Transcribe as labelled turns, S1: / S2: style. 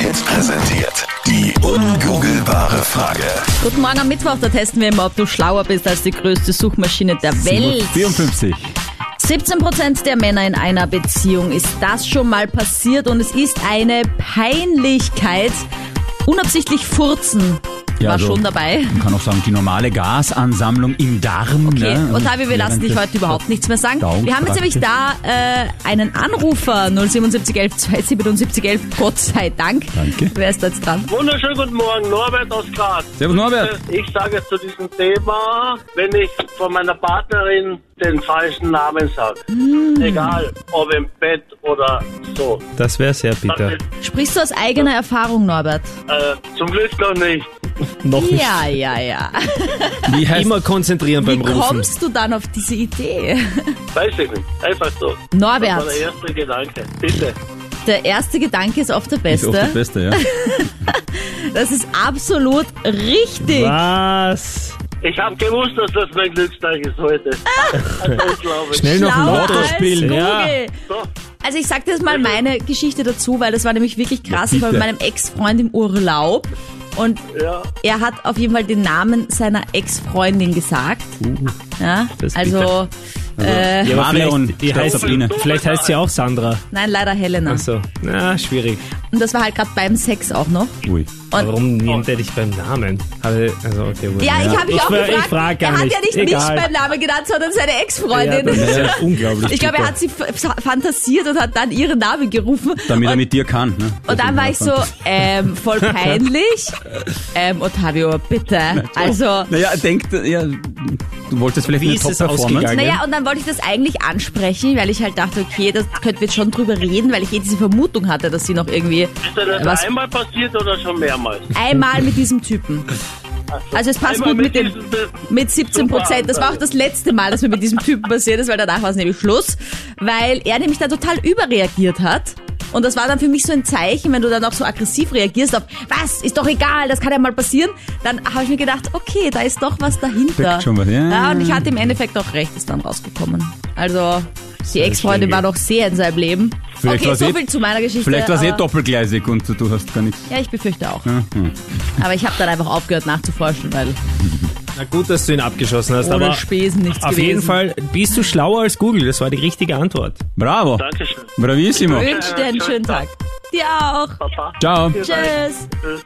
S1: Hit präsentiert die ungoogelbare Frage.
S2: Guten Morgen am Mittwoch, da testen wir immer, ob du schlauer bist als die größte Suchmaschine der Welt.
S3: 54.
S2: 17% der Männer in einer Beziehung ist das schon mal passiert und es ist eine Peinlichkeit. Unabsichtlich furzen
S3: Ja,
S2: war
S3: also-
S2: schon dabei.
S3: Man kann auch sagen, die normale Gasansammlung im Darm.
S2: Okay,
S3: ne?
S2: und Tavi, wir lassen dich heute überhaupt nichts mehr sagen. Wir haben jetzt nämlich da äh, einen Anrufer 07711 27711, Gott sei Dank.
S3: Danke.
S2: Wer ist da jetzt dran?
S4: Wunderschönen guten Morgen, Norbert aus Graz.
S3: Servus Norbert.
S4: Ich sage zu diesem Thema, wenn ich von meiner Partnerin den falschen Namen sage. Egal, ob im Bett oder so.
S5: Mm. Das wäre sehr bitter.
S2: Sprichst du aus eigener Erfahrung, Norbert?
S4: Äh, zum Glück noch nicht.
S5: Noch nicht.
S2: Ja, ja, ja.
S3: Wie heißt
S5: Immer konzentrieren
S2: Wie
S5: beim Rufen.
S2: kommst du dann auf diese Idee?
S4: Weiß ich nicht. Einfach so. Das war
S2: Norbert,
S4: der erste Gedanke. Bitte.
S2: der erste Gedanke ist oft der
S3: ist oft das
S2: beste.
S3: Beste, ja.
S2: Das ist absolut richtig.
S5: Was?
S4: Ich habe gewusst, dass das mein Glücksstag ist heute.
S2: Ah.
S4: Also, ich glaube,
S5: Schnell noch ein
S2: Schlauer
S5: Lotto
S2: als
S5: spielen.
S2: Google.
S5: Ja.
S4: so.
S2: Also ich sag dir jetzt mal meine Geschichte dazu, weil das war nämlich wirklich krass.
S3: Ja,
S2: Ich war mit
S3: bitte.
S2: meinem Ex-Freund im Urlaub und
S4: Ja.
S2: er hat auf jeden Fall den Namen seiner Ex-Freundin gesagt. ja,
S5: das ist
S2: also, äh,
S5: Ja, aber
S3: Marion
S5: vielleicht- die
S3: statt
S5: heißt,
S3: Sabine.
S5: vielleicht heißt sie auch Sandra.
S2: nein, leider Helena.
S5: Also, na, schwierig.
S2: Und das war halt gerade beim Sex auch noch.
S3: Ui.
S5: Aber warum nennt er dich beim Namen? Habe- Also, okay, gut.
S2: Oh. Ja, ich habe mich auch
S5: fra-
S2: gefragt.
S5: Ich frag gar
S2: er hat
S5: nicht.
S2: ja nicht
S5: Egal.
S2: mich beim Namen genannt, sondern seine
S5: ja,
S2: Ex-Freundin.
S5: das ist ja unglaublich.
S2: ich glaube, er
S5: bitter.
S2: hat sie f- fantasiert und hat dann ihren Namen gerufen.
S3: Damit
S2: und
S3: er mit dir kann. Ne?
S2: Und dann war ich so, ähm, voll peinlich. ähm, Ottavio, bitte. Also,
S3: Naja, denkt, ja, du wolltest vielleicht
S5: Wie
S3: eine
S5: ist es
S3: Top-Performance.
S5: ausgegangen?
S2: naja, und dann wollte ich das eigentlich ansprechen, weil ich halt dachte, okay, das könnten wir jetzt schon drüber reden, weil ich eh diese Vermutung hatte, dass sie noch irgendwie
S4: Ist dir das
S2: Was?
S4: einmal passiert oder schon mehrmals?
S2: einmal mit diesem Typen. Also es passt
S4: einmal
S2: gut mit dem,
S4: diesem Bild.
S2: mit 17 Prozent. Das war auch das letzte Mal, dass mir mit diesem Typen passiert ist, weil danach war es nämlich Schluss, weil er nämlich da total überreagiert hat. Und das war dann für mich so ein Zeichen, wenn du dann auch so aggressiv reagierst auf, was, ist doch egal, das kann ja mal passieren. Dann habe ich mir gedacht, okay, da ist doch was dahinter.
S3: Steckt schon was, ja.
S2: ja, und ich hatte im Endeffekt auch recht, ist dann rausgekommen. Also, die Ex-Freundin war noch sehr in seinem Leben.
S3: Vielleicht
S2: okay,
S3: war's
S2: so
S3: eh-
S2: viel zu meiner Geschichte.
S3: Vielleicht war es eh
S2: aber-
S3: doppelgleisig und du hast gar nichts.
S2: Ja, ich befürchte auch.
S3: hm.
S2: Aber ich habe dann einfach aufgehört nachzuforschen, weil
S5: Na gut, dass du ihn abgeschossen hast,
S2: ohne
S5: aber
S2: Spesen nichts
S5: auf
S2: gewesen.
S5: jeden Fall bist du schlauer als Google. Das war die richtige Antwort.
S3: Bravo.
S4: Dankeschön.
S3: Bravissimo.
S2: wünsche dir einen schönen Tag. Dir auch.
S4: Papa.
S3: Ciao.
S2: Tschüss.